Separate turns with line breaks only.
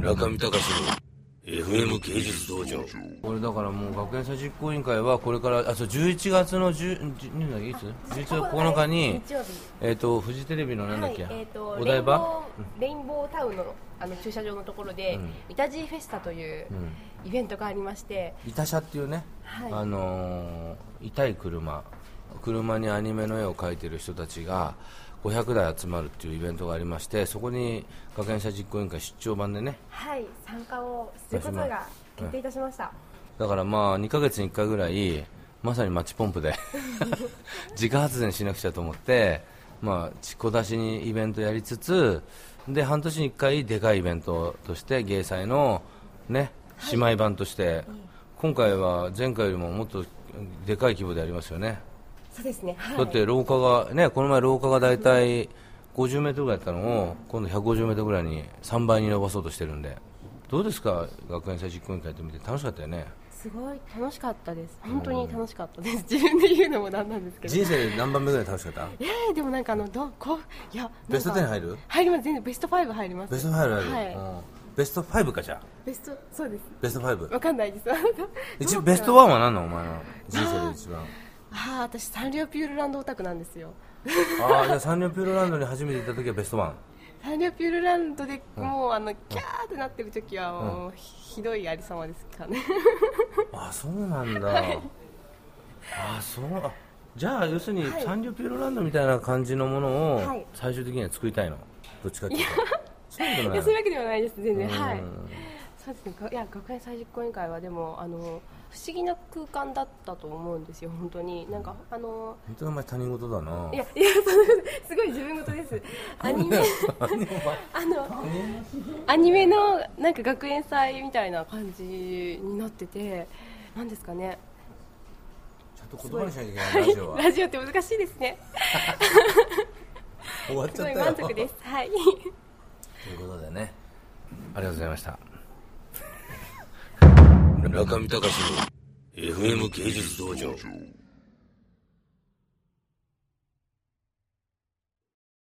中見隆の FM 芸術道場
これだからもう学園祭実行委員会はこれからあそう11月の10 10なんだっけいつ11月9日に
日曜日
えっ、とフジテレビのなんだっけ、
はいえー、と
お台場
レインボーレインボータウンのあの駐車場のところで、イタジーフェスタというイベントがありまして、
イタ車っていうね、
はい
あのー痛い車車にアニメの絵を描いてる人たちが500台集まるっていうイベントがありましてそこに学園祭実行委員会出張版でね
はい、参加をすることが決定いたしました、
だからまあ2ヶ月に1回ぐらいまさにマッチポンプ で自家発電しなくちゃと思ってまあちこ出しにイベントやりつつで半年に1回でかいイベントとして芸祭のね姉妹版として、今回は前回よりももっとでかい規模でやりますよね、
そうですね、はい、
だって廊下がねこの前廊下が大体50メートルぐらいだったのを今度150メートルぐらいに3倍に伸ばそうとしてるんでどうですか学園祭実行委員会って見て楽しかったよね
すごい楽しかったです本当に楽しかったです自分で言うのもなんなんですけど
人生で何番目ぐらい楽しかった
えー、でもなんかあのどこういやなんか
ベスト10入る
入ります全然ベスト5入ります
ベスト5入る、
はい
うんベスト5かじゃあ
ベストそうです
ベスト5
わかんないです
一
どうか
ベスト1は何なのお前の人生で一番
ああ私サンリオピューロランドオタクなんですよ
ああじゃあサンリオピューロランドに初めて行った時はベスト1
サンリオピューロランドでもう、あのキャーってなってる時はもう、ひどいありさまですかね
あそうなんだ、あそうあじゃあ要するに
はい
サンリオピューロランドみたいな感じのものを
はい
最終的には作りたいのどっちかっていうとそうでもな
い
い
や
の
そういうわけではないです全然
うん
はいそうですねがいや学園祭実行委員会はでもあの不思議な空間だったと思うんですよ本当になんかあの
本当にお前他人事だない
やいやそのすごい自分事ですア ニメあのアニメのなんか学園祭みたいな感じになっててなんですかね
ちゃんと言葉にしなきゃいけないラジオは
ラジオって難しいですね
終わっ
す
ちゃ
ご
っ
い
たよ
満足ですはい
ということでねありがとうございました
中見隆の FM 芸術道場